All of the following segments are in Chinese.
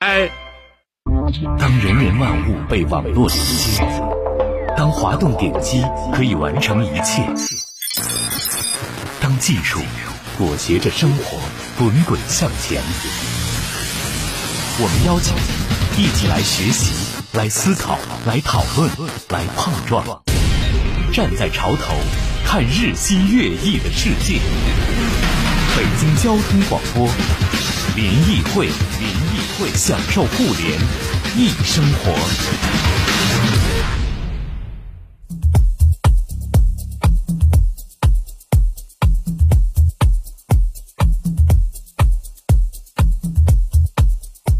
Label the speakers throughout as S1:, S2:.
S1: 哎，
S2: 当人人万物被网络连接，当滑动点击可以完成一切，当技术裹挟着生活滚滚向前，我们邀请你一起来学习、来思考、来讨论、来碰撞，站在潮头看日新月异的世界。北京交通广播联谊会，联谊会享受互联易生活。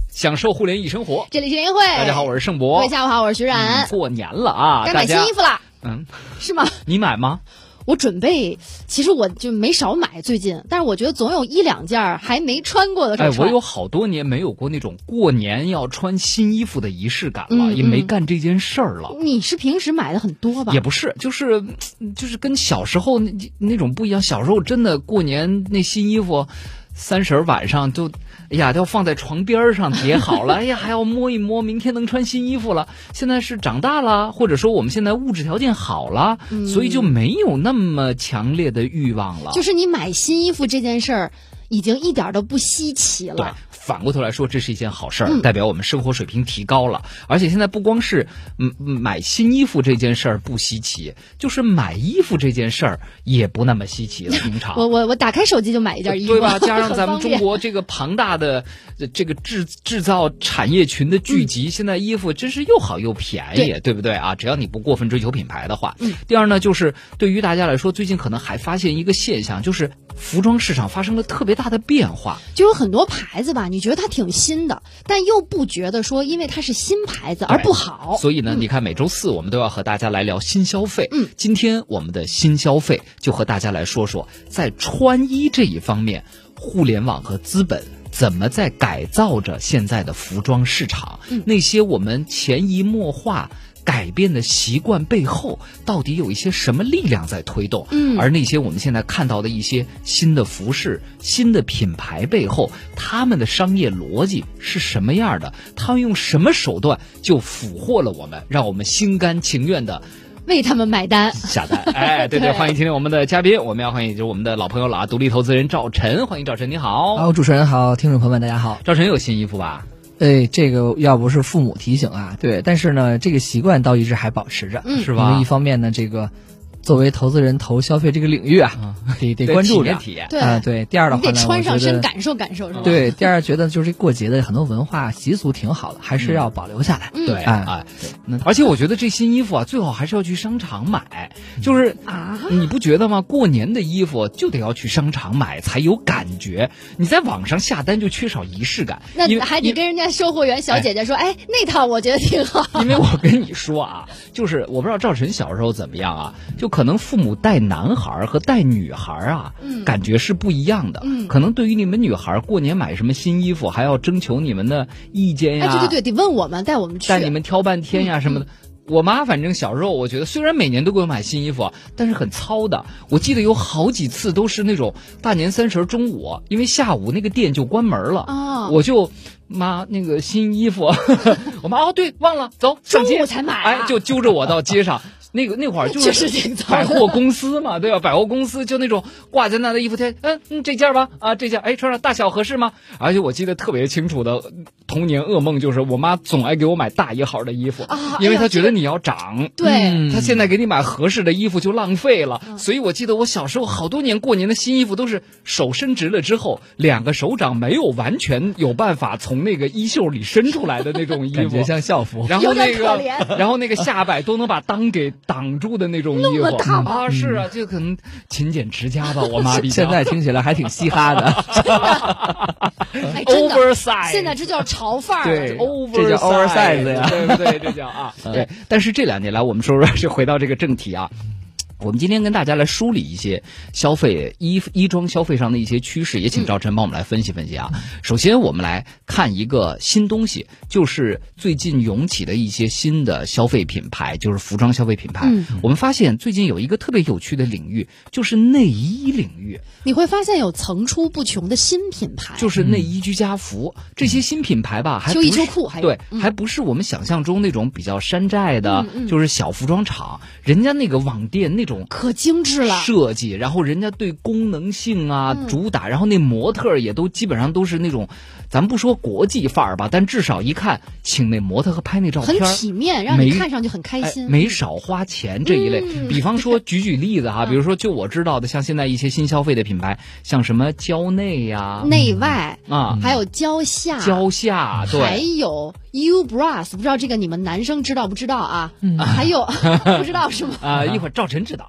S1: 享受互联易生活。
S3: 这里是联谊会，
S1: 大家好，我是盛
S3: 哎各
S1: 博
S3: 位。下午好，我是徐
S1: 嗯
S3: 冉。
S1: 过年了啊，
S3: 该买
S1: 大家
S3: 新衣服了，
S1: 嗯，
S3: 是吗？
S1: 你买吗？
S3: 我准备，其实我就没少买最近，但是我觉得总有一两件儿还没穿过的可
S1: 哎
S3: 以，穿。
S1: 我有好多年没有过那种过年要穿新衣服的仪式感了，
S3: 嗯
S1: 也没
S3: 嗯
S1: 干这件事儿了。
S3: 你是平时买的很多吧
S1: 也？不是，就是嗯就是跟小时候那那种不一样。小时候真的过年那新衣服，三十儿晚上就，哎呀，都要放在床边儿上叠好 了，哎呀，还要摸一摸，明天能穿新衣服了。现在是长大了，或者说我们现在物质条件好了，
S3: 嗯
S1: 所以就没有那么强烈的欲望了。
S3: 就是你买新衣服这件事儿，已经一点儿都不稀奇
S1: 对
S3: 了。，
S1: 反过头来说，这是一件好
S3: 嗯
S1: 事儿，代表我们生活水平提高了。而且现在不光是嗯嗯买新衣服这件事儿不稀奇，就是买衣服这件事儿也不那么稀奇 了。平常
S3: 我我我打开手机就买一件衣服，
S1: 对 吧？加上
S3: 很
S1: 咱们
S3: 方
S1: 中
S3: 便
S1: 国这个庞大的呃这个制制造产业群的聚
S3: 嗯
S1: 集，现在衣服真是又好又便宜，对不对啊？只要你不过分追求品牌的话。
S3: 嗯
S1: 第二呢，就是对于大家来说，最近可能还发现一个现象，就是服装市场发生了特别大的变化。
S3: 就有很多牌子吧，你觉得它挺新的，但又不觉得说因为它是新牌子而不好。
S1: 所以呢，你看每周四我们都要和大家来聊新消费。
S3: 嗯，
S1: 今天我们的新消费就和大家来说说，在穿衣这一方面，互联网和资本。怎么在改造着现在的服装市场？那些我们潜移默化改变的习惯背后，到底有一些什么力量在推动？
S3: 嗯
S1: 而那些我们现在看到的一些新的服饰、新的品牌背后，他们的商业逻辑是什么样的？他们用什么手段就俘获了我们，让我们心甘情愿的
S3: 为他们买单。
S1: 下 单。哎，对对，
S3: 对
S1: 欢迎今天我们的嘉宾，我们要欢迎就是我们的老朋友了啊，独立投资人赵晨，欢迎赵晨，你好。
S4: 好，主持人好，听众朋友们大家好。
S1: 赵晨有新衣服吧？
S4: 哎，这个要不是父母提醒啊，对，但是呢，这个习惯倒一直还保持着，
S3: 嗯
S1: 是
S4: 因
S1: 吧
S4: 为一？方面呢，这个作为投资人投消费这个领域啊，得得关
S1: 体
S4: 注着
S1: 验体验。
S3: 对
S4: 啊、对。第二的
S3: 你
S4: 话
S3: 得
S4: 呢，
S3: 穿上
S4: 我觉
S3: 身
S4: 得
S3: 感受感受是吧？
S4: 对，第二觉得就是过节的很多文化习俗挺好的，还是要保留下来。
S3: 嗯
S1: 对，
S4: 哎
S1: 哎，而且我觉得这新衣服啊，最好还是要去商场买。就是
S3: 啊，
S1: 你不觉得吗？过年的衣服就得要去商场买才有感觉，你在网上下单就缺少仪式感。因
S3: 那
S1: 为
S3: 还得
S1: 因
S3: 跟人家售货员小姐姐说，哎，那套我觉得挺好。
S1: 因为我跟你说啊，就是我不知道赵晨小时候怎么样啊，就可能父母带男孩儿和带女孩儿啊，
S3: 嗯
S1: 感觉是不一样的。
S3: 嗯
S1: 可能对于你们女孩儿过年买什么新衣服，还要征求你们的意见呀，
S3: 哎，对对对，嗯得问我们，带我们去。
S1: 啊带你们挑半天呀什么的。我妈反正小时候，我觉得虽然每年都给我买新衣服，啊但是很糙的。我记得有好几次都是那种大年三十儿中午，啊因为下午那个店就关门了，
S3: 哦
S1: 我就妈那个新衣服， 我妈哦对，忘了走上街
S3: 中午才买啊
S1: 哎，就揪着我到街上。那个那会儿就
S3: 确
S1: 是
S3: 实挺糙
S1: 百
S3: 的
S1: 货公司嘛，对吧？百货公司就那种挂在那的衣服，它嗯嗯这件儿吧啊这件儿，哎穿上大小合适吗？而且我记得特别清楚的童年噩梦就是我妈总爱给我买大一号的衣服，
S3: 啊
S1: 因为
S3: 哎呀
S1: 她觉得你要长。
S3: 对，嗯
S4: 嗯
S1: 她现在给你买合适的衣服就浪费了，所以我记得我小时候好多年过年的新衣服都是手伸直了之后，两个手掌没有完全有办法从那个衣袖里伸出来的那种衣
S4: 感
S1: 服
S4: 觉，像校服，
S1: 然后那
S3: 有点可
S1: 个，
S3: 怜
S1: 然后那个下摆都能把裆给挡住的那种衣
S3: 么
S1: 服
S3: 大吗
S1: 啊，是啊，就可能勤俭持家吧，我 妈比较
S4: 现在听起来还挺嘻哈 的。
S3: 哎，真的，
S1: oversize，
S3: 现在这叫潮范儿了。
S4: 对
S1: oversize，
S4: 这叫 oversize 呀
S1: 对不对？这叫啊，对。但是这两年来，我们说说是回到这个正题啊。我们今天跟大家来梳理一些消费衣服衣装消费上的一些趋势，也请赵晨帮我们来分析分析啊。首先，我们来看一个新东西，就是最近涌起的一些新的消费品牌，就是服装消费品牌。
S3: 嗯
S1: 我们发现最近有一个特别有趣的领域，就是内衣领域，
S3: 你会发现有层出不穷的新品牌，
S1: 就是内衣居家服、这些新品牌吧，还
S3: 嗯秋
S1: 不
S3: 衣
S1: 是
S3: 秋裤还有
S1: 对，
S3: 嗯
S1: 还不是我们想象中那种比较山寨的，
S3: 嗯嗯
S1: 就是小服装厂，人家那个网店那种。
S3: 可精致了。
S1: 设计，然后人家对功能性啊、
S3: 嗯
S1: 主打，然后那模特儿也都基本上都是那种，咱不说国际范儿吧，但至少一看，请那模特和拍那照
S3: 很
S1: 片儿。
S3: 体面，让你
S1: 没
S3: 看上去很开
S1: 哎
S3: 心。，
S1: 没少花钱这一类，
S3: 嗯
S1: 比方说举举例子哈，
S3: 嗯
S1: 比如说就我知道的，像现在一些新消费的品牌，像什么蕉内呀
S3: 内嗯外，
S1: 啊、
S3: 还有蕉下，
S1: 蕉下，
S3: 还
S1: 对，
S3: 有 U Bras，不知道这个你们男生知道不知道啊？
S1: 嗯
S3: 还 有不知道是吗？
S1: 啊、一会儿赵晨知道，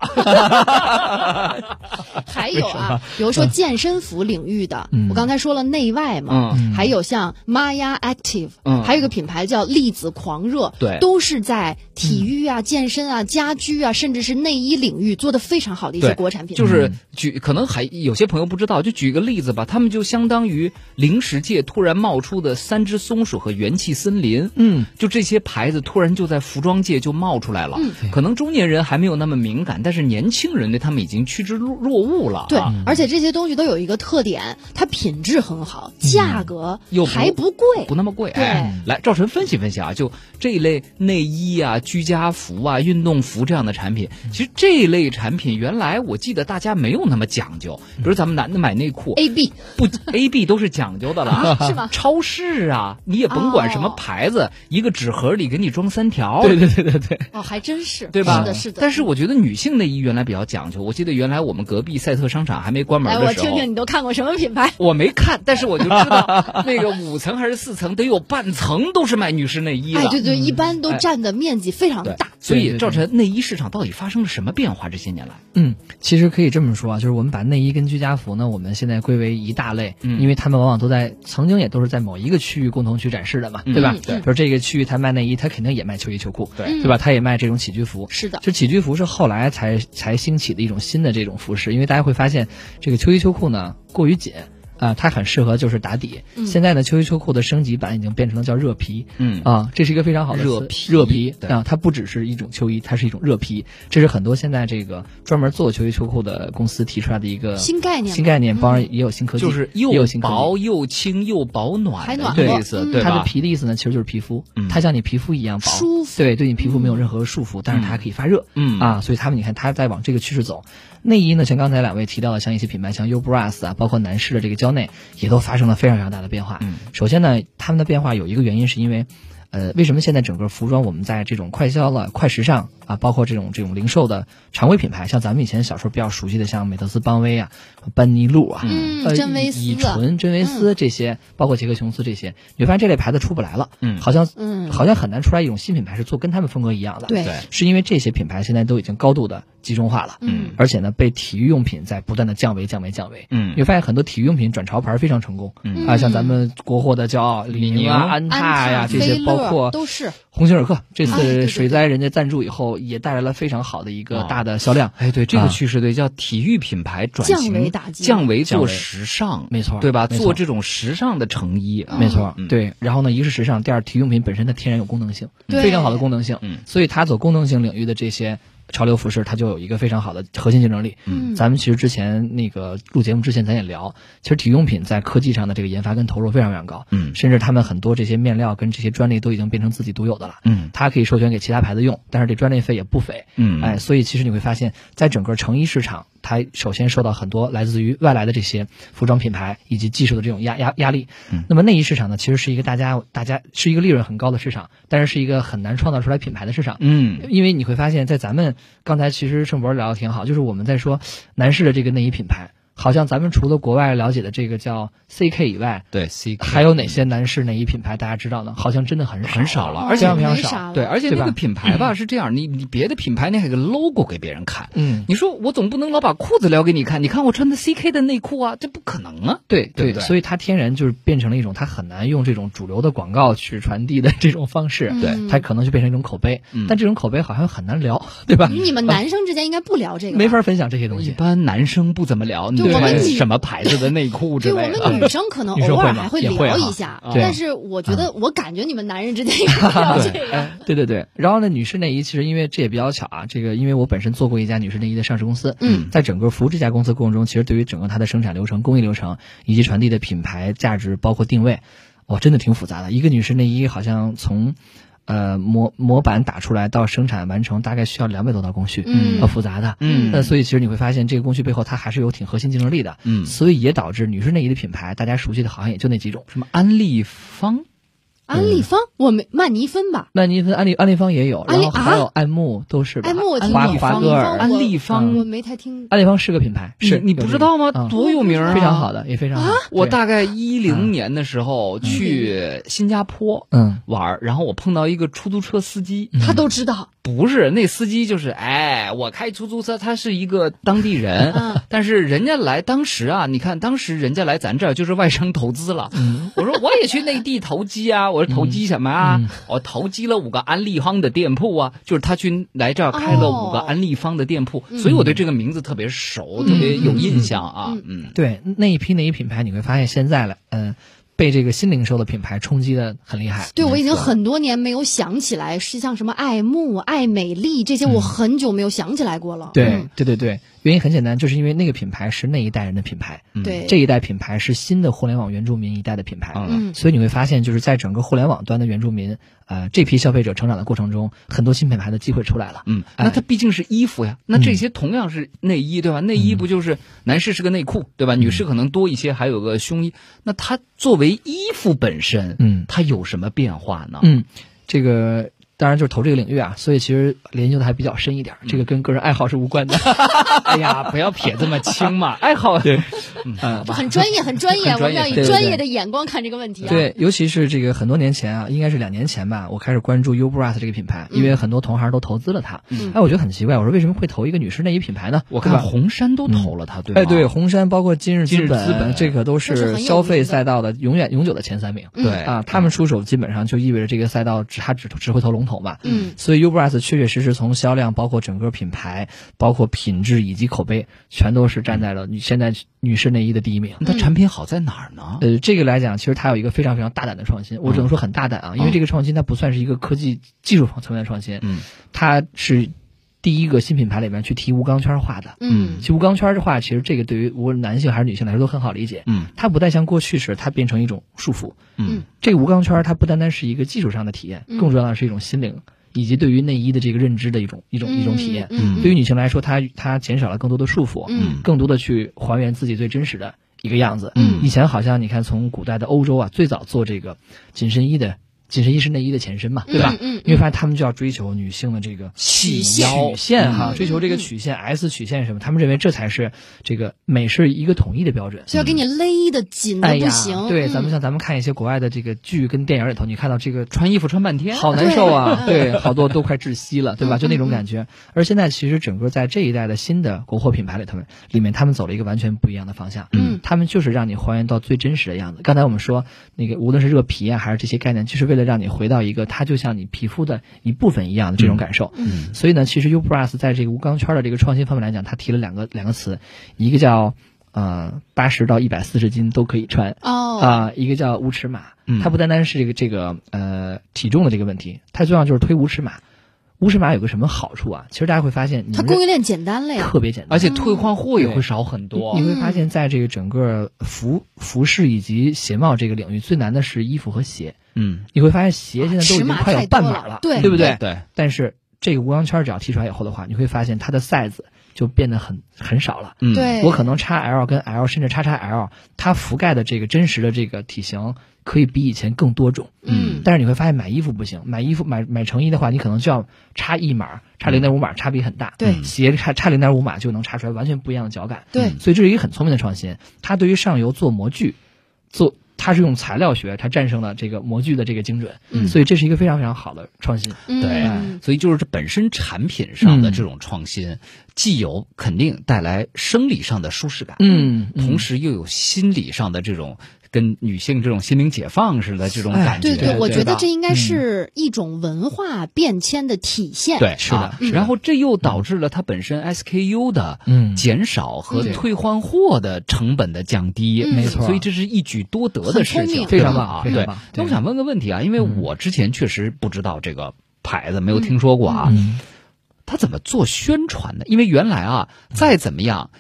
S3: 还 有啊，比如说健身服领域的，我刚才说了内外嘛，
S1: 嗯
S3: 还有像 Maya Active，、
S1: 嗯
S3: 还有一个品牌叫粒子狂热，
S1: 对
S3: 都是在体育啊、健身啊、家居啊，甚至是内衣领域做的非常好的一些
S1: 对
S3: 国产品 牌。
S1: 就是举，可能还有些朋友不知道，就举个例子吧，他们就相当于零食界突然冒出的三只松鼠和元气森林，
S4: 嗯，
S1: 就这些牌子突然就在服装界就冒出来了。
S3: 嗯
S1: 可能中年人还没有那么敏感，但是年轻人对他们已经趋之若若鹜了啊。
S3: 对，而且这些东西都有一个特点，它品质很好，价格
S1: 又不
S3: 还不贵。
S1: 不那么贵。
S3: 对
S1: 哎，来，赵晨分析分析啊，就这一类内衣啊、居家服啊、运动服这样的产品，其实这一类产品原来我记得大家没有那么讲究，比如咱们男的买内裤
S3: A B 啊
S1: 不 A B 都是讲究的 了，啊
S3: 是吗
S1: 超市啊，你也甭管什
S3: 哦
S1: 么牌子，一个纸盒里给你装三条。
S4: 对对对对对，
S3: 哦，还真是，
S1: 对吧？
S3: 是的，是的。
S1: 但是我觉得女性内衣原来比较讲究。我记得原来我们隔壁赛特商场还没关门
S3: 来，
S1: 的
S3: 哎我
S1: 时候，
S3: 听听你都看过什么品牌？
S1: 我没看，但是我就知 道那个五层还是四层，得有半层都是卖女士内衣的。
S3: 哎，对对，一般都占的面积非常
S1: 嗯对
S3: 大。
S1: 所
S4: 对
S1: 以
S4: 对
S1: 赵晨，内衣市场到底发生了什么变化？这些年来，
S4: 嗯，其实可以这么说啊，就是我们把内衣跟居家服呢，我们现在归为一大类，
S1: 嗯
S4: 因为它们往往都在曾经也都是在某一个区域共同去展示的嘛，对吧？
S3: 嗯对
S4: 比如这个区域它卖内衣，它肯定也卖秋衣秋裤，
S1: 对
S3: 嗯
S4: 对吧？它也卖这种起居服。
S3: 是的，
S4: 就起居服是后来才才兴起的一种新的这种服饰，因为大家会发现这个秋衣秋裤呢过于紧。啊、它很适合就是打底。
S3: 嗯
S4: 现在呢，秋衣秋裤的升级版已经变成了叫热皮，
S1: 嗯
S4: 啊，这是一个非常好的
S1: 热
S4: 词
S1: 皮
S4: 热皮
S1: 对
S4: 啊，它不只是一种秋衣，它是一种热皮，这是很多现在这个专门做秋衣秋裤的公司提出来的一个
S3: 新概念嘛
S4: 新概念，当然也有新科
S1: 嗯
S4: 技，
S1: 就是
S4: 也有
S1: 又
S4: 新科技
S1: 薄又轻又保
S3: 还
S1: 暖
S3: 暖
S1: 的
S4: 和
S1: 意思，
S3: 嗯
S1: 对
S4: 它的
S1: 吧？
S4: 皮的意思呢，其实就是皮肤，
S1: 嗯
S4: 它像你皮肤一样薄，
S3: 舒服
S4: 对，对你皮肤没有任何束缚，但是它还可以发热，
S1: 嗯
S4: 啊，所以他们你看，它在往这个趋势走。内衣呢，像刚才两位提到的，像一些品牌，像 U Bras 啊，包括男士的这个蕉内，也都发生了非常非常大的变化。
S1: 嗯
S4: 首先呢，他们的变化有一个原因是因为。呃，为什么现在整个服装我们在这种快消了、快时尚啊，包括这种这种零售的常规品牌，像咱们以前小时候比较熟悉的，像美特斯邦威啊、班尼路啊，
S3: 嗯
S4: 呃，
S3: 真维
S4: 以以
S3: 斯，啊
S4: 纯、真维斯这些，包括杰克琼斯这些，你会发现这类牌子出不来了，
S1: 嗯
S4: 好像
S3: 嗯
S4: 好像很难出来一种新品牌是做跟他们风格一样的，
S3: 对，
S1: 对
S4: 是因为这些品牌现在都已经高度的集中化了，
S3: 嗯
S4: 而且呢，被体育用品在不断的降维、降维、降维。
S1: 嗯
S4: 你会发现很多体育用品转潮牌非常成功，
S1: 嗯
S4: 啊，像咱们国货的骄傲李宁啊、安踏呀、
S3: 安踏
S4: 这
S3: 菲
S4: 些，
S3: 乐
S4: 包括
S3: 都是
S4: 鸿星尔克这
S3: 哎对对对
S4: 次水灾人家赞助以后，也带来了非常好的一个
S1: 哦
S4: 大的销量。
S1: 哎，对这个
S4: 啊
S1: 趋势，对叫体育品牌转
S3: 降
S1: 型，
S3: 维打击
S1: 降维
S4: 降
S1: 做
S4: 维
S1: 时尚，
S4: 没错
S1: 对吧？
S4: 没错
S1: 做这种时尚的成衣啊，
S4: 没错，
S1: 嗯
S4: 对。然后呢，一是时尚，第二体育用品本身它天然有功能性，
S3: 对
S4: 非常好的功能性。
S1: 嗯
S4: 所以它走功能性领域的这些潮流服饰，它就有一个非常好的核心竞争力。
S3: 嗯
S4: 咱们其实之前那个录节目之前，咱也聊，其实体育用品在科技上的这个研发跟投入非常非常高，
S1: 嗯
S4: 甚至他们很多这些面料跟这些专利都已经变成自己独有的了。
S1: 嗯
S4: 它可以授权给其他牌子用，但是这专利费也不菲。
S1: 嗯
S4: 哎，所以其实你会发现，在整个成衣市场，它首先受到很多来自于外来的这些服装品牌以及技术的这种压压压力。
S1: 嗯
S4: 那么内衣市场呢，其实是一个大家大家是一个利润很高的市场，但是是一个很难创造出来品牌的市场。
S1: 嗯
S4: 因为你会发现在咱们刚才其实盛博聊的挺好，就是我们在说男士的这个内衣品牌，好像咱们除了国外了解的这个叫 CK 以外，
S1: 对，C
S4: 还有哪些男士哪一品牌大家知道呢？好像真的很少
S1: 很少了，
S3: 哦
S1: 而
S4: 非
S1: 且
S4: 常非常
S3: 没
S4: 少。
S3: 啥了
S1: 对，而且
S4: 对
S1: 那
S4: 吧
S1: 个品牌吧是这样，你你别的品牌你还有个 logo 给别人看，
S4: 嗯，
S1: 你说我总不能老把裤子撩给你看，你看我穿的 CK 的内裤啊，这不可能啊。
S4: 对
S1: 对不对
S4: 所以它天然就是变成了一种，它很难用这种主流的广告去传递的这种方式，
S3: 嗯对
S4: 它可能就变成一种口碑，
S1: 嗯
S4: 但这种口碑好像很难聊，对吧？
S3: 你们男生之间应该不聊这个吧，
S4: 呃没法分享这些东
S1: 一
S4: 西。
S1: 般男生不怎么聊，你
S3: 就我们
S1: 穿
S3: 女
S1: 什么牌子的内裤之
S3: 对我
S1: 类
S3: 们
S1: 的。
S3: 女生可能
S4: 女生
S3: 偶尔
S4: 会吗
S3: 还会
S4: 也会
S3: 聊
S4: 哈
S3: 一下
S1: 啊，
S3: 但是我觉得我感觉你们男人之间也不聊这个。
S4: 对哎对对，然后呢，女士内衣其实因为这也比较巧啊，这个因为我本身做过一家女士内衣的上市公司，
S3: 嗯，
S4: 在整个服务这家公司过程中，其实对于整个它的生产流程、工艺流程以及传递的品牌价值，包括定位，哇，真的挺复杂的。一个女士内衣好像从呃模模板打出来到生产完成，大概需要两百多道工序，
S3: 嗯
S4: 很复杂的，
S1: 嗯
S4: 那所以其实你会发现这个工序背后它还是有挺核心竞争力的，
S1: 嗯
S4: 所以也导致女士内衣的品牌大家熟悉的好像也就那几种。
S1: 什么安利方？
S3: 安
S4: 嗯
S3: 利方，我没曼尼芬吧？
S4: 曼妮芬、安利安利方也有，
S3: 安
S4: 然
S3: 利啊
S4: 后还有爱慕都是吧
S3: 爱慕我听
S4: 华
S3: 过
S4: 华
S3: 安
S4: 歌
S3: 利方，
S4: 尔
S1: 安利方
S3: 我没太听。
S4: 安利方是个品牌，是
S1: 你你不知道吗？
S4: 嗯
S1: 多有名啊！
S4: 非常好。的，也非常好。
S1: 我
S4: 对
S1: 大概一零年的时候去新加坡
S4: 嗯
S1: 玩儿，然后我碰到一个出租车司机，
S3: 他都知道，
S1: 不是那司机就是哎，我开出租车，他是一个当地人，
S3: 嗯
S1: 但是人家来当时啊，你看当时人家来咱这儿就是外商投资了。我说我也去内地投机啊，我说投机什么啊？我投机了五个安利方的店铺啊，就是他去来这儿开了五个
S3: 哦
S1: 安利方的店铺，所以我对这个名字特别熟，特别有印象啊。嗯，
S4: 对那一批那一品牌，你会发现现在了，嗯、被这个新零售的品牌冲击的很厉害。
S3: 对我已经很多年没有想起来，是像什么爱慕、爱美丽这些，我很久没有想起来过了。
S4: 嗯对、
S3: 嗯
S4: 对对对，原因很简单，就是因为那个品牌是那一代人的品牌，
S3: 嗯对，
S4: 嗯这一代品牌是新的互联网原住民一代的品牌。
S1: 嗯
S3: 嗯
S4: 所以你会发现，就是在整个互联网端的原住民，呃，这批消费者成长的过程中，很多新品牌的机会出来了。啊
S1: 嗯，那它毕竟是衣服呀，那这
S4: 嗯
S1: 些同样是内衣，对吧？内衣不就是男士是个内裤，对吧？女
S4: 嗯
S1: 士可能多一些，还有个胸衣。那它作为衣服本身，
S4: 嗯
S1: 它有什么变化呢？
S4: 嗯，这个当然就是投这个领域啊，所以其实研究的还比较深一点儿，这个跟个人爱好是无关的。
S1: 哎呀，不要撇这么轻嘛，爱好对，嗯，好吧，
S3: 很专业，很专业，
S1: 很专业
S3: 我们要以
S4: 对对
S3: 专
S4: 对
S3: 业的眼光看这个问题啊。
S4: 对，尤其是这个很多年前啊，应该是两年前吧，我开始关注 Ubras 这个品牌，
S1: 嗯
S4: 因为很多同行都投资了它。
S3: 嗯
S4: 哎，我觉得很奇怪，我说为什么会投一个女士内衣品牌呢？
S1: 我
S4: 对
S1: 看
S4: 吧。
S1: 红杉都投了它，对吧？
S4: 哎，对，，红杉包括今日
S1: 今
S4: 资
S1: 日
S4: 本，
S1: 资本
S4: 这可都
S3: 这是很有
S4: 是
S3: 名
S4: 消费
S3: 的
S4: 赛道的永远永久的前三名。
S1: 对嗯
S4: 啊，他们出手基本上就意味着这个赛道只他只只会投龙头嘛。
S3: 嗯，
S4: 所以 Ubras 确确实实从销量，包括整个品牌，包括品质以及口碑，全都是站在了
S1: 嗯
S4: 女现在女士内衣的第一名。
S1: 那它产品好在哪儿呢？
S4: 呃，这个来讲，其实它有一个非常非常大胆的创新，我只
S1: 嗯
S4: 能说很大胆啊，因为这个创新它不算是一个科技技术层面的创新，
S1: 嗯，
S4: 它是第一个新品牌里面去提无钢圈化的。
S3: 嗯
S4: 其实无钢圈的话，其实这个对于无论男性还是女性来说都很好理解，
S1: 嗯，
S4: 它不再像过去时它变成一种束缚，
S1: 嗯
S4: 这个无钢圈它不单单是一个技术上的体验，
S3: 嗯
S4: 更重要的是一种心灵以及对于内衣的这个认知的一种一种一种体验。
S3: 嗯，
S4: 对于女性来说，它它减少了更多的束缚，
S3: 嗯
S4: 更多的去还原自己最真实的一个样子。
S3: 嗯
S4: 以前好像你看，从古代的欧洲啊，最早做这个紧身衣的紧身衣是内衣的前身嘛，对吧？
S3: 嗯嗯嗯
S4: 因为发现他们就要追求女性的这个
S1: 细腰
S4: 曲线哈、
S3: 嗯
S4: 追求这个曲线 S 曲线什么，他们认为这才是这个美是一个统一的标准。
S3: 就要给你勒的紧的
S4: 哎
S3: 不
S4: 呀，
S3: 行。
S4: 对，
S3: 嗯
S4: 咱们像咱们看一些国外的这个剧跟电影里头，你看到这个
S1: 穿衣服穿半天，
S4: 好难受啊，
S3: 嗯
S4: 对，好多都快窒息了，对吧？就那种感觉。而现在其实整个在这一代的新的国货品牌里头，里面他们走了一个完全不一样的方向，
S3: 嗯
S4: 他们就是让你还原到最真实的样子。刚才我们说那个，无论是热皮啊，还是这些概念，就是为了让你回到一个它就像你皮肤的一部分一样的这种感受。
S3: 嗯
S4: 所以呢，其实 Ubras 在这个无钢圈的这个创新方面来讲，它提了两个两个词，一个叫呃八十到一百四十斤都可以穿，
S3: 哦，
S4: 啊、一个叫无尺码
S1: 嗯，
S4: 它不单单是这个这个呃体重的这个问题，它重要就是推无尺码。无尺码有个什么好处啊？其实大家会发现，你
S3: 它
S4: 们
S3: 供应链简单了呀。
S4: 特别简单，
S1: 而且退换货也会少很
S4: 你
S1: 多。嗯
S4: 会发现在这个整个服服饰以及鞋帽这个领域，最难的是衣服和鞋。
S1: 嗯，
S4: 你会发现鞋现在都已经快有半码
S3: 啊尺码太多了对
S4: 对不对？
S1: 对，
S4: 但是这个无钢圈只要提出来以后的话，你会发现它的 size、就变得很很少了。
S1: 嗯，
S3: 对，
S4: 我可能 x L 跟 L 甚至 x x L，它覆盖的这个真实的这个体型可以比以前更多种。
S3: 嗯
S4: 但是你会发现买衣服不行，买衣服买买成衣的话，你可能就要差一码，差零点五码，差别很大。
S3: 嗯对
S4: 鞋差差零点五码就能差出来完全不一样的脚感。嗯
S3: 对
S4: 所以这是一个很聪明的创新。它对于上游做模具，做它是用材料学，它战胜了这个模具的这个精准。
S3: 嗯
S4: 所以这是一个非常非常好的创新。
S1: 对
S3: 嗯，
S1: 所以就是这本身产品上的
S4: 嗯
S1: 这种创新，既有肯定带来生理上的舒适感，
S4: 嗯
S1: 同时又有心理上的这种跟女性这种心灵解放似的这种
S4: 哎
S1: 感觉。
S3: 对
S4: 对
S3: 我觉得
S1: 吧
S3: 这应该
S4: 嗯
S3: 是一种文化变迁的体现。
S1: 对，
S4: 是的
S1: 啊
S4: 是的
S1: 然后这又导致了它本身 SKU 的
S4: 嗯
S1: 减少和
S3: 嗯
S1: 退换货的成本的降低，
S3: 嗯没
S4: 错
S1: 所以这是一举多得的事
S3: 很聪
S1: 情，
S3: 明
S4: 非常
S1: 对吧
S4: 棒
S1: 啊
S4: 非常
S1: 对
S4: 棒。
S1: 那我
S4: 对嗯
S1: 想问个问题啊，因为我之前确实不知道这个牌子，没有听说过啊，
S4: 嗯
S1: 他怎么做宣传呢？因为原来啊，再怎么样，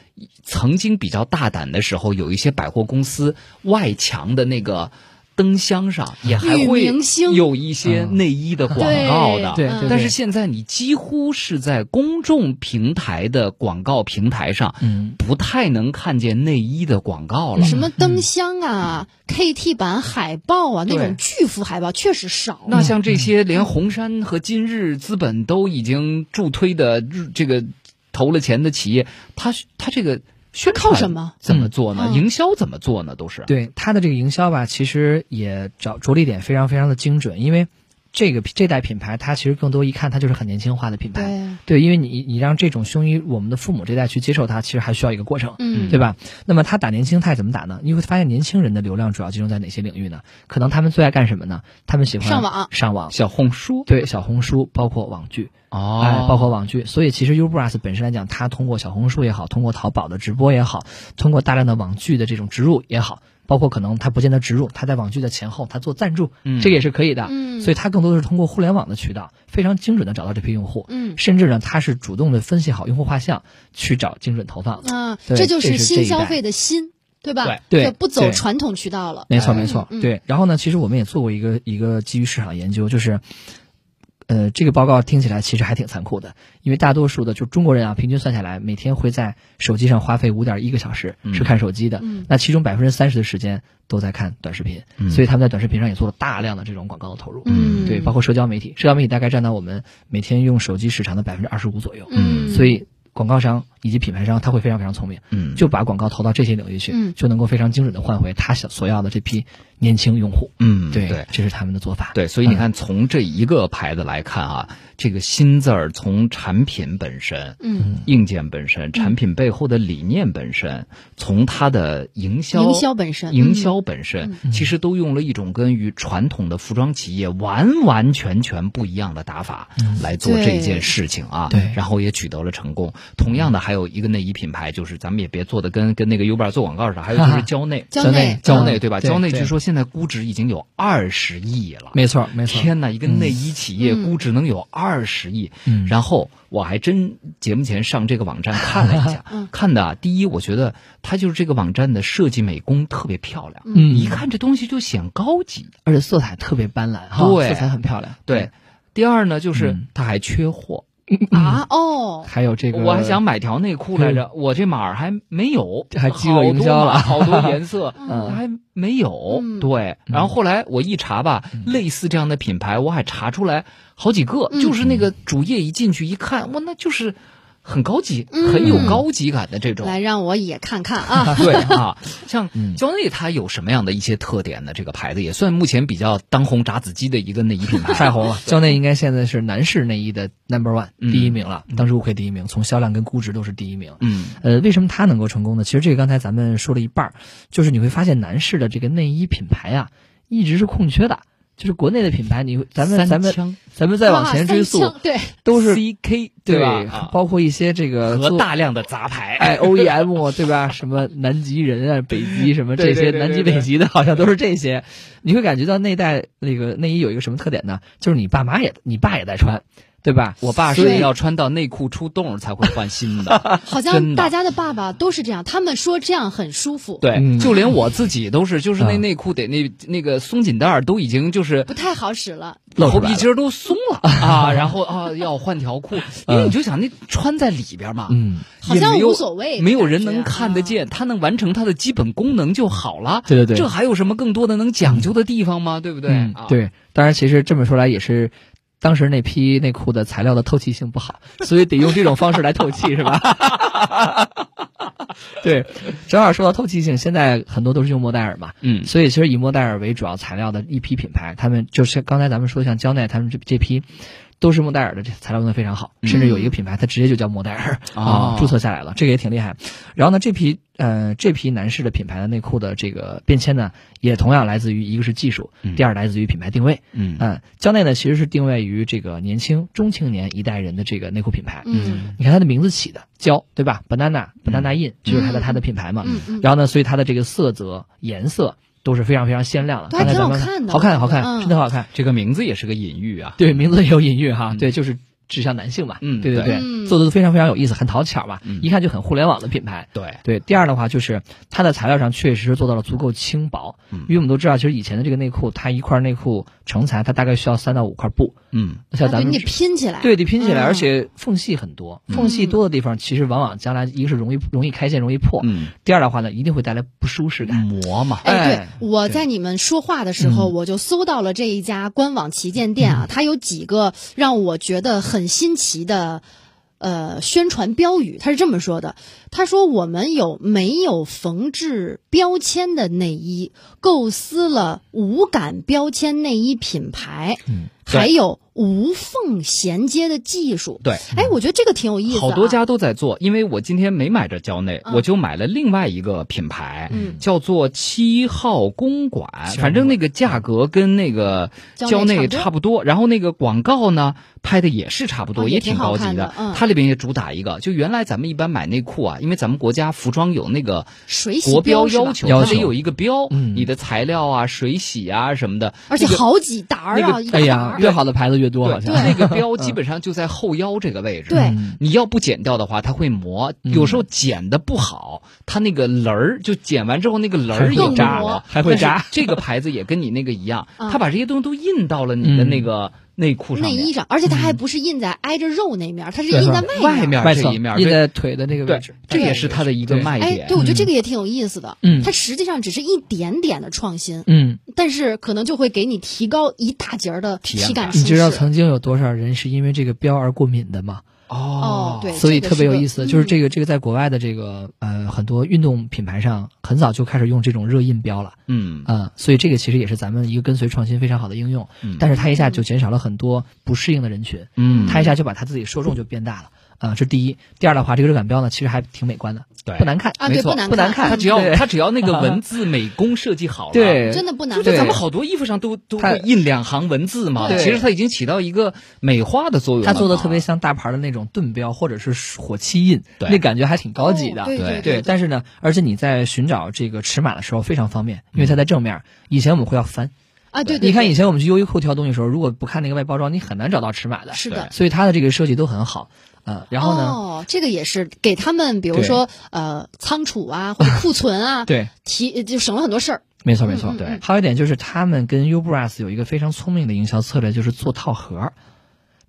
S1: 曾经比较大胆的时候，有一些百货公司外墙的那个灯箱上也还
S3: 女
S1: 会
S3: 明星
S1: 有一些内衣的广告
S3: 嗯
S1: 的。
S4: 嗯对对对
S1: 但是现在你几乎是在公众平台的广告平台上，
S4: 嗯
S1: 不太能看见内衣的广告了。
S3: 什么灯箱啊、KT 版海报啊，那
S4: 对
S3: 种巨幅海报确实少。
S1: 那像
S4: 嗯
S1: 这些连红杉和今日资本都已经助推的日这个投了钱的企业，它它这个宣传
S3: 靠什么
S1: 怎么做呢？
S3: 嗯
S1: 营销怎么做呢？都是
S4: 对它的这个营销吧，其实也着着力点非常非常的精准，因为这个这代品牌它其实更多一看它就是很年轻化的品牌。
S3: 对，啊
S4: 对，因为你你让这种胸衣，我们的父母这代去接受它，其实还需要一个过程。
S3: 嗯，
S4: 对吧？那么他打年轻态怎么打呢？你会发现年轻人的流量主要集中在哪些领域呢？可能他们最爱干什么呢？他们喜欢
S3: 上网
S4: 上网，
S1: 小红书
S4: 对小红书，包括网剧，
S1: 哦
S4: 哎，包括网剧。所以其实 Ubras 本身来讲，它通过小红书也好，通过淘宝的直播也好，通过大量的网剧的这种植入也好，包括可能它不见得植入，它在网剧的前后它做赞助，
S1: 嗯
S4: 这个也是可以的。
S3: 嗯
S4: 所以它更多的是通过互联网的渠道，非常精准的找到这批用户。
S3: 嗯
S4: 甚至呢，它是主动的分析好用户画像，去找精准投放。
S3: 啊，
S4: 对
S3: 就
S4: 这
S3: 是
S4: 是这
S3: 新
S4: 一代
S3: 消费的新，对吧？
S4: 对对
S3: 就不走
S4: 对
S3: 传统渠道了。
S4: 没错，
S1: 哎
S4: 没错，
S3: 嗯嗯
S4: 对。然后呢，其实我们也做过一个一个基于市场研究，就是，呃，这个报告听起来其实还挺残酷的，因为大多数的就中国人啊，平均算下来，每天会在手机上花费五点一个小时
S1: 嗯
S4: 是看手机的，
S3: 嗯
S4: 那其中百分之三十的时间都在看短视频，
S1: 嗯
S4: 所以他们在短视频上也做了大量的这种广告的投入，
S3: 嗯
S4: 对，包括社交媒体，社交媒体大概占到我们每天用手机时长的百分之二十五左右，
S3: 嗯，
S4: 所以广告商以及品牌商他会非常非常聪明，
S1: 嗯
S4: 就把广告投到这些领域去，
S3: 嗯
S4: 就能够非常精准的换回他想所要的这批年轻用户。
S1: 嗯
S4: 对，嗯
S1: 对。
S4: 这是他们的做法。
S1: 对，所以你看，从这一个牌子来看啊，这个“新”字儿从产品本身、
S3: 嗯，
S1: 硬件本身、产品背后的理念本身，从它的营销、
S3: 营销本身，，
S1: 营销本身，其实都用了一种跟与传统的服装企业完完全全不一样的打法来做这件事情啊。
S4: 对
S1: 然后也取得了成功。同样的，还有一个内衣品牌，就是咱们也别做的跟跟那个 u b e 做广告似的，还有就是蕉内
S3: 蕉内
S1: 蕉内对吧？
S4: 对
S1: 蕉内
S4: 对
S1: 据说现在估值已经有二十亿了。
S4: 没错，没错。
S1: 天呐，一个内衣企业估值能有二十亿，
S4: 嗯
S1: 然后我还真节目前上这个网站看了一下，
S4: 嗯
S1: 看的啊，第一，我觉得它就是这个网站的设计美工特别漂亮，
S4: 嗯
S1: 一看这东西就显高级。
S4: 而且色彩特别斑斓哈，
S1: 对
S4: 色彩很漂亮。
S1: 对，，第二呢，就是
S4: 嗯
S1: 它还缺货，
S3: 啊，哦，
S4: 还有这个，
S1: 我还想买条内裤来着，我这码儿还没有，
S4: 还饥饿营销了
S1: 好多码好多颜 色
S4: 嗯
S1: 还没有。
S3: 嗯
S1: 对，然后后来我一查吧，
S4: 嗯
S1: 类似这样的品牌我还查出来好几个，
S3: 嗯
S1: 就是那个主页一进去一看，哇，那就是很高级，
S3: 嗯
S1: 很有高级感的这种。
S3: 来让我也看看 啊。
S1: 对 啊，像
S4: 嗯
S1: 蕉内它有什么样的一些特点呢？这个牌子也算目前比较当红炸子鸡的一个内衣品牌，
S4: 太红了。蕉内哦应该现在是男士内衣的 number one
S1: 嗯
S4: 第一名了，当之无愧第一名，从销量跟估值都是第一名。
S1: 嗯
S4: 呃，为什么它能够成功呢？其实这个刚才咱们说了一半儿，就是你会发现男士的这个内衣品牌啊，一直是空缺的。就是国内的品牌，你会咱们
S1: 三
S4: 咱们
S1: 枪
S4: 咱们再往前追溯
S3: 啊，三枪对，
S4: 都是
S1: CK
S4: 对
S1: 吧？啊
S4: 包括一些这个
S1: 和
S4: 做
S1: 大量的杂牌，
S4: 哎 OEM 对吧？什么南极 人啊、北极什么这
S1: 对对
S4: 些，
S1: 对
S4: 南极
S1: 对对
S4: 北极的 好像都是这些。你会感觉到那代那个内衣有一个什么特点呢？就是你爸妈也你爸也在穿，对吧？
S1: 我爸
S3: 所
S1: 是
S3: 以
S1: 要穿到内裤出洞才会换新 的，
S3: 好
S1: 真
S3: 像
S1: 的
S3: 大家的爸爸都是这样，他们说这样很舒服，
S1: 对，
S4: 嗯
S1: 就连我自己都是，就是那
S4: 嗯
S1: 内裤得那那个松紧带儿都已经就是
S3: 不太好使了。
S4: 露
S1: 头
S4: 出来
S1: 皮筋儿都松 了啊，然后啊要换条裤，因为你就想那穿在里边嘛，
S4: 嗯，
S3: 好
S1: 嗯也
S3: 像
S1: 没有
S3: 无所谓
S1: 没有
S3: 感
S1: 人
S3: 觉
S1: 能看得
S3: 啊
S1: 见，它能完成它的基本功能就好了。
S4: 对对对
S1: 这还有什么更多的能讲究的地方吗？对不对？
S4: 嗯
S1: 啊，
S4: 对，当然其实这么说来也是。当时那批内裤的材料的透气性 不好，所以得用这种方式来透气，是吧？ 对，正好说到透气性，现在很多都是用莫代尔嘛，
S1: 嗯
S4: 所以其实以莫代尔为主要材料的一批品牌，他们就是刚才咱们说像蕉奈他们这这批，都是莫代尔的这材料用的非常好，甚至有一个品牌它直接就叫莫代尔
S1: 嗯哦
S4: 啊，注册下来了，这个也挺厉害。然后呢，这批呃这批男士的品牌的内裤的这个变迁呢，也同样来自于一个是技术，第二来自于品牌定位。
S1: 嗯
S4: 嗯，蕉奈呢其实是定位于这个年轻中青年一代人的这个内裤品牌。
S3: 嗯
S4: 你看它的名字起的蕉，对吧？banana
S1: 嗯
S4: banana in、就是它的它的品牌嘛。
S3: 嗯嗯，
S4: 然后呢，所以它的这个色泽、颜色都是非常非常鲜亮的。
S3: 都还
S4: 刚才
S3: 挺好
S4: 咱们
S3: 看的
S4: 好看，好
S3: 我觉得嗯
S4: 看，真的好看。
S1: 这个名字也是个隐喻啊。
S4: 对，名字也有隐喻哈，
S1: 嗯
S4: 对，就是指向男性嘛。
S1: 嗯
S4: 对
S1: 对
S4: 对，
S3: 嗯
S4: 做的都非常非常有意思，很讨巧嘛，
S1: 嗯
S4: 一看就很互联网的品牌。
S1: 对，
S4: 对，第二的话就是它的材料上确实是做到了足够轻薄，
S1: 嗯
S4: 因为我们都知道，其实以前的这个内裤，它一块内裤成材，它大概需要三到五块布，
S1: 嗯
S4: 像
S3: 啊
S4: 咱
S3: 对
S4: 们
S3: 你得拼起来，
S4: 对，得拼起来，
S3: 嗯
S4: 而且缝隙很多，
S1: 嗯
S4: 缝隙多的地方，其实往往将来一个是容易容易开线，容易破；
S1: 嗯，
S4: 第二的话呢，一定会带来不舒适感。
S1: 磨嘛，
S4: 哎
S3: 哎，对，我在你们说话的时
S1: 嗯
S3: 候，我就搜到了这一家官网旗舰店啊，它有几个让我觉得很新奇的。呃，宣传标语，他是这么说的：他说我们有没有缝制标签的内衣，构思了无感标签内衣品牌，
S1: 嗯对
S3: 还有无缝衔接的技术。
S1: 对。
S3: 哎，我觉得这个挺有意思、啊。
S1: 好多家都在做，因为我今天没买这蕉内，
S3: 嗯
S1: 我就买了另外一个品牌，
S3: 嗯
S1: 叫做七号公馆，
S4: 七号公馆
S1: 反正那个价格跟那个
S3: 蕉内
S1: 内差
S3: 差
S1: 不多，然后那个广告呢拍的也是差不多，
S3: 哦
S1: 也
S3: 也
S1: 挺
S3: 挺
S1: 高
S3: 好
S1: 级
S3: 看的嗯
S1: 它里边也主打一个，就原来咱们一般买内裤啊，因为咱们国家服装有那个
S3: 水洗
S1: 国标
S3: 是吧
S1: 要求，
S4: 要
S1: 它
S4: 求
S1: 得有一个标，
S4: 嗯
S1: 你的材料啊、水洗啊什么的，
S3: 而且
S1: 那个
S3: 好几沓儿
S1: 那
S3: 啊，
S1: 个
S3: 一
S4: 哎
S3: 沓
S4: 呀
S3: 儿，
S4: 越好的牌子越多，好像。
S1: 那 个标基本上就在后腰这个位置。
S3: 对
S4: 嗯
S1: 你要不剪掉的话，它会磨。有时候剪的不好，它那个棱儿就剪完之后那个棱儿
S4: 还会
S1: 也扎
S3: 磨
S1: 了，
S4: 还会
S1: 但
S4: 扎
S1: 是这个牌子也跟你那个一样，
S3: 嗯
S1: 它把这些东西都印到了
S4: 嗯
S1: 你的那个内裤上
S3: 内
S1: 面
S3: 衣，上，而且它还不是印在挨着肉那面儿，它是
S4: 对
S3: 印在
S4: 是
S1: 外面
S4: 外
S1: 这
S4: 侧
S1: 一面儿
S4: 印
S1: 对
S4: 在腿的那个位
S1: 对
S4: 置，，
S1: 这也是它的一个
S4: 对
S1: 卖
S3: 哎，
S1: 点
S3: 对，。我觉得这个也挺有意思的。
S4: 嗯
S3: 它实际上只是一点点的创新，
S4: 嗯，
S3: 但是可能就会给你提高一大截儿的
S1: 体验
S3: 体
S1: 感
S3: 感舒
S4: 你
S3: 适。
S4: 知道曾经有多少人是因为这个标而过敏的吗？
S3: 哦，对，
S4: 所以
S3: 这个
S4: 特别
S3: 是
S4: 有
S3: 个
S4: 意思，就是
S3: 嗯
S4: 这个这个在国外的这个呃很多运动品牌上很早就开始用这种热印标了，
S1: 嗯，
S4: 嗯，所以这个其实也是咱们一个跟随创新非常好的应用，
S1: 嗯
S4: 但是它一下就减少了很多不适应的人群，
S1: 嗯
S4: 它一下就把它自己受众就变大了。啊、这第一，第二的话，这个热感标呢，其实还挺美观的，
S1: 对
S4: 不难看，
S3: 啊，
S1: 没
S3: 对，
S1: 错
S3: 难
S4: 不难
S3: 看，
S4: 看
S1: 它只要
S4: 对
S1: 它只要那 个文字美工设计好了，
S4: 对，
S3: 真的不难
S1: 就
S3: 看。
S1: 是咱
S4: 对
S1: 们好多衣服上都都
S4: 它
S1: 会印两行文字嘛，
S4: 对
S1: 其实它已经起到一个美化的作用了
S4: 它
S1: 嘛。
S4: 做的特别像大牌的那种盾标或者是火漆印，
S1: 对
S4: 那感觉还挺高级的。
S3: 哦对
S1: 对
S3: 对
S4: 对，但是呢，而且你在寻找这个尺码的时候非常方便，因为它在正
S1: 嗯
S4: 面。以前我们会要翻，
S3: 啊，对对，
S4: 你看
S3: 对
S4: 以前我们去优衣库挑东西的时候，如果不看那个外包装，你很难找到尺码的。
S3: 是的。
S4: 所以它的这个设计都很好，呃，然后呢，
S3: 哦，这个也是给他们，比如
S4: 对
S3: 说呃仓储啊或者库存啊，
S4: 对，
S3: 提就省了很多事儿。
S4: 没错没错
S3: 嗯嗯，
S1: 对
S4: 还有一点就是他们跟 Ubras 有一个非常聪明的营销策略，就是做套盒，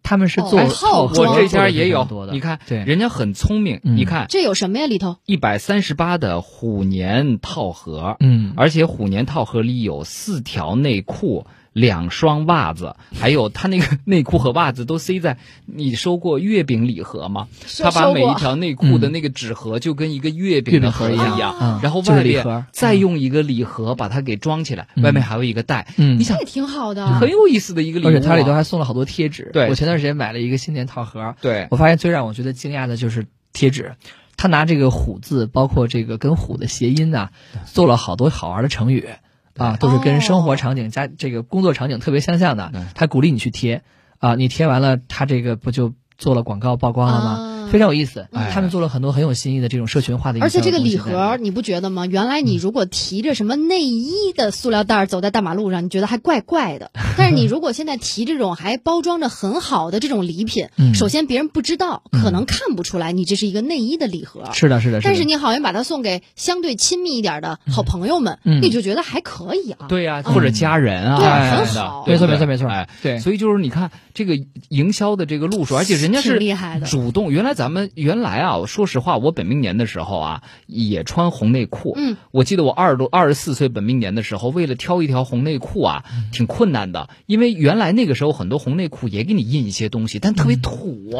S4: 他们是
S3: 哦
S4: 做
S3: 哎
S4: 套
S3: 套
S4: 盒，
S3: 装
S1: 我这家
S4: 做得非
S1: 也
S4: 常
S1: 有
S4: 多，的，
S1: 你看，
S4: 对，
S1: 人家很聪明。
S4: 嗯
S1: 你看
S3: 这有什么呀里头？
S1: 一百三十八的虎年套盒，
S4: 嗯，
S1: 而且虎年套盒里有四条内裤。两双袜子，还有他那个 内裤和袜子都塞在，你收过月饼礼盒吗？
S3: 收
S1: 他把
S3: 收
S1: 每
S3: 过
S1: 一条内裤的那个纸盒就跟一个月饼
S4: 嗯月
S1: 的
S4: 饼
S1: 盒
S4: 盒
S1: 子
S4: 一
S1: 一
S4: 样
S1: 样，，
S3: 啊
S4: 嗯，
S1: 然后
S4: 就是
S1: 外
S4: 礼
S1: 面
S4: 盒，
S1: 再用一个礼盒把它给装起来，
S4: 嗯
S1: 外面还有一个袋。
S4: 嗯
S1: 你想
S3: 这也挺好的，
S1: 很有意思的一个礼物、啊
S4: 而且它里头还送了好多贴纸。
S1: 对
S4: 我前段时间买了一个新年套盒，
S1: 对，
S4: 我发现最让我觉得惊讶的就是贴纸。他拿这个“虎”字，包括这个跟“虎”的谐音呐、做了好多好玩的成语啊，都是跟生活场景加这个工作场景特别相像的
S1: 哦对。
S4: 他鼓励你去贴啊，你贴完了，他这个不就做了广告曝光了吗？
S3: 啊嗯
S4: 非常有意思。
S1: 嗯
S4: 他们做了很多很有新意的这种社群化的营销
S3: 而且这
S4: 的东西在嗯
S3: 个
S4: 里
S3: 礼
S4: 面，
S3: 盒，你不觉得吗？原来你如果提着什么内衣的塑料袋儿走在大马路上，你觉得还怪怪的。但是你如果现在提这种还包装着很好的这种礼品，
S4: 嗯
S3: 首先别人不知道，可能看不出来你这是一个内衣的礼盒。
S4: 是的，是的，的
S3: 但是你好像把它送给相对亲密一点的好朋友们，
S4: 嗯
S3: 你就觉得还可以啊。
S1: 对呀、或者家人啊，
S3: 对
S1: 哎
S3: 很
S1: 真的
S3: 好
S1: 对
S4: 没错
S1: 不对
S4: 没错没错
S1: 哎，
S4: 对
S1: 所以就是你看这个营销的这个路数，而且人家
S3: 挺
S1: 是
S3: 厉害的
S1: 主动。原来咱们原来啊，我说实话，我本命年的时候啊，也穿红内裤。
S3: 嗯，
S1: 我记得我二十多二十四岁本命年的时候，为了挑一条红内裤啊，
S3: 嗯
S1: 挺困难的，因为原来那个时候很多红内裤也给你印一些东西，但特别 土，有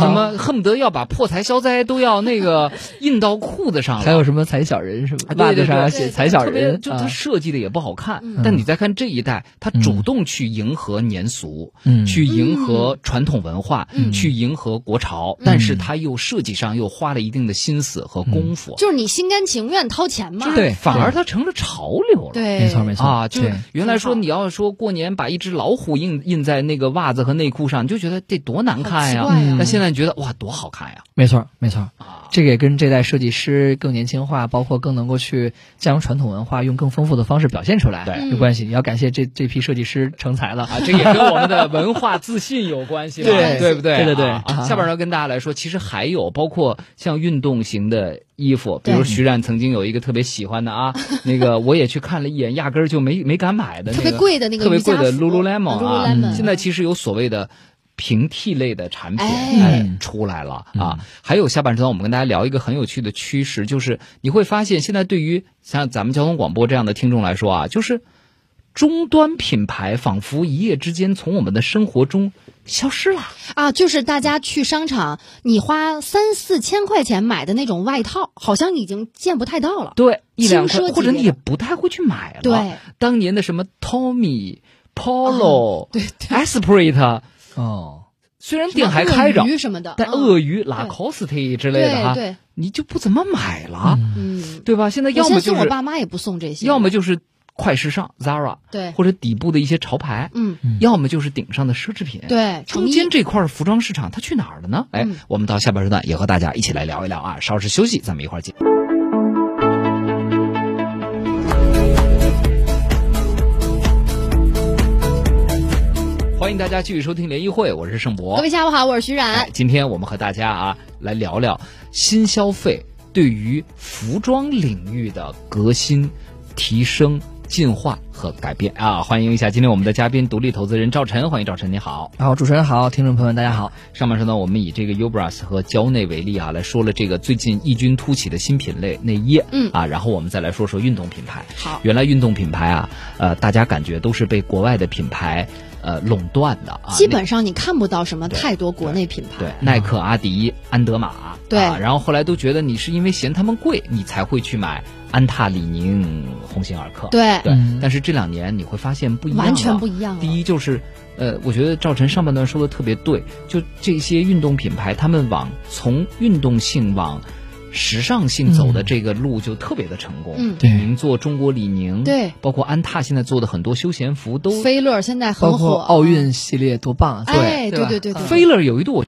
S1: 什么恨不得要把破财消灾都要那个印到裤子上了。
S4: 还有什么踩小人什么
S1: 啊对
S4: 袜
S1: 对
S4: 子上
S1: 对
S4: 写
S3: 对
S4: 踩小
S1: 特别
S4: 人，
S1: 就
S4: 啊
S1: 它设计的也不好看。
S3: 嗯
S1: 但你再看这一代，他主动去迎合年俗，
S4: 嗯
S1: 去迎合传统文化，
S3: 嗯
S1: 去迎合国潮，
S4: 嗯
S1: 但是他又设计上又花了一定的心思和功夫，
S3: 就是你心甘情愿掏钱嘛。
S4: 对
S1: 反而它成了潮流了。
S3: 对，
S4: 没错没错
S1: 啊，就是
S4: 对
S1: 原来说
S3: 挺好
S1: 你要说过年把一只老虎印印在那个袜子和内裤上，你就觉得这多难看呀
S3: 好奇怪呀！
S1: 但现在你觉得哇，多好看呀！
S4: 没错没错，
S1: 啊，
S4: 这个也跟这代设计师更年轻化，包括更能够去将传统文化用更丰富的方式表现出来
S1: 对
S4: 有关系。也要感谢这这批设计师成才
S3: 哎
S4: 了。
S1: 啊，这也跟我们的文化自信有关系嘛，
S4: 对
S1: 对不对？
S4: 对对对
S1: 啊
S4: 啊
S1: 下边要跟大家来说，其实还有包括像运动型的衣服，比如
S3: 对
S1: 徐冉曾经有一个特别喜欢的 啊，那个我也去看了一眼，压根儿就没没敢买的，
S3: 特别贵的那
S1: 那
S3: 个
S1: 个特别
S3: 瑜伽
S1: 贵的
S3: 服嗯
S1: Lululemon 啊，
S3: Lululemon
S1: 现在其实有所谓的。平替类的产品
S3: 哎
S1: 出来了啊！还有下半时段，我们跟大家聊一个很有趣的趋势，就是你会发现，现在对于像咱们交通广播这样的听众来说啊，就是终端品牌仿佛一夜之间从我们的生活中消失了。
S3: 啊，就是大家去商场，你花三四千块钱买的那种外套，好像已经见不太到了。
S1: 对，一两块
S3: 轻奢，级
S1: 或者你
S3: 别
S1: 也不太会去买了。
S3: 对，
S1: 当年的什么 Tommy、Polo、
S3: 哦对
S1: Esprit，啊
S4: 哦，
S1: 虽然店还开着
S3: 鳄，鱼什么的，
S1: 但
S3: 嗯
S1: 鳄鱼、
S3: 对
S1: Lacoste 之类的哈，
S3: 对对
S1: 你就不怎么买了，
S3: 嗯，
S1: 对吧？现在
S3: 我
S1: 要
S3: 相
S1: 么
S3: 信
S1: 就
S3: 我
S1: 是，
S3: 爸妈也不送这些，
S1: 要么就是快时尚 Zara，
S3: 对
S1: 或者底部的一些潮牌，
S3: 嗯，
S1: 要么就是顶上的奢侈品，。
S3: 对，
S1: 中
S3: 成衣
S1: 间这块服装市场它去哪儿了呢？哎
S3: 嗯，
S1: 我们到下半时段也和大家一起来聊一聊啊，稍事休息，咱们一块儿见。欢迎大家继续收听联谊会，我是盛博，
S3: 各位下午好，我是徐冉
S1: 哎，，今天我们和大家啊来聊聊新消费对于服装领域的革新、提升、进化和改变啊！欢迎一下今天我们的嘉宾独立投资人赵晨，欢迎赵晨，你好。
S4: 然后主持人好，听众朋友们大家好。
S1: 上半时段我们以这个 Ubras 和蕉内为例啊，来说了这个最近异军突起的新品类内衣，
S3: 嗯
S1: 啊，然后我们再来说说运动品牌。
S3: 好
S1: 原来运动品牌啊，呃，大家感觉都是被国外的品牌呃垄断的啊，
S3: 基本上你看不到什么太多国内品
S1: 对
S3: 牌，，
S1: 耐克、阿迪、安德玛，
S3: 对
S1: 啊然后后来都觉得你是因为嫌他们贵，你才会去买安踏、李宁、鸿星尔克，
S3: 对
S1: 对
S4: 嗯。
S1: 但是这两年你会发现不一样了，
S3: 完全不一样了。
S1: 第一就是，呃，我觉得赵晨上半段说的特别对，就这些运动品牌，他们往从运动性往时尚性走的这个路就特别的成功。
S3: 嗯
S4: 对
S1: 李宁做中国李宁，
S3: 对，
S1: 包括安踏现在做的很多休闲服都。
S3: 菲乐现在很
S4: 包
S3: 火，
S4: 括奥运系列多棒啊！
S3: 哎，
S1: 对吧嗯
S3: 对对对，
S1: 菲乐有一度我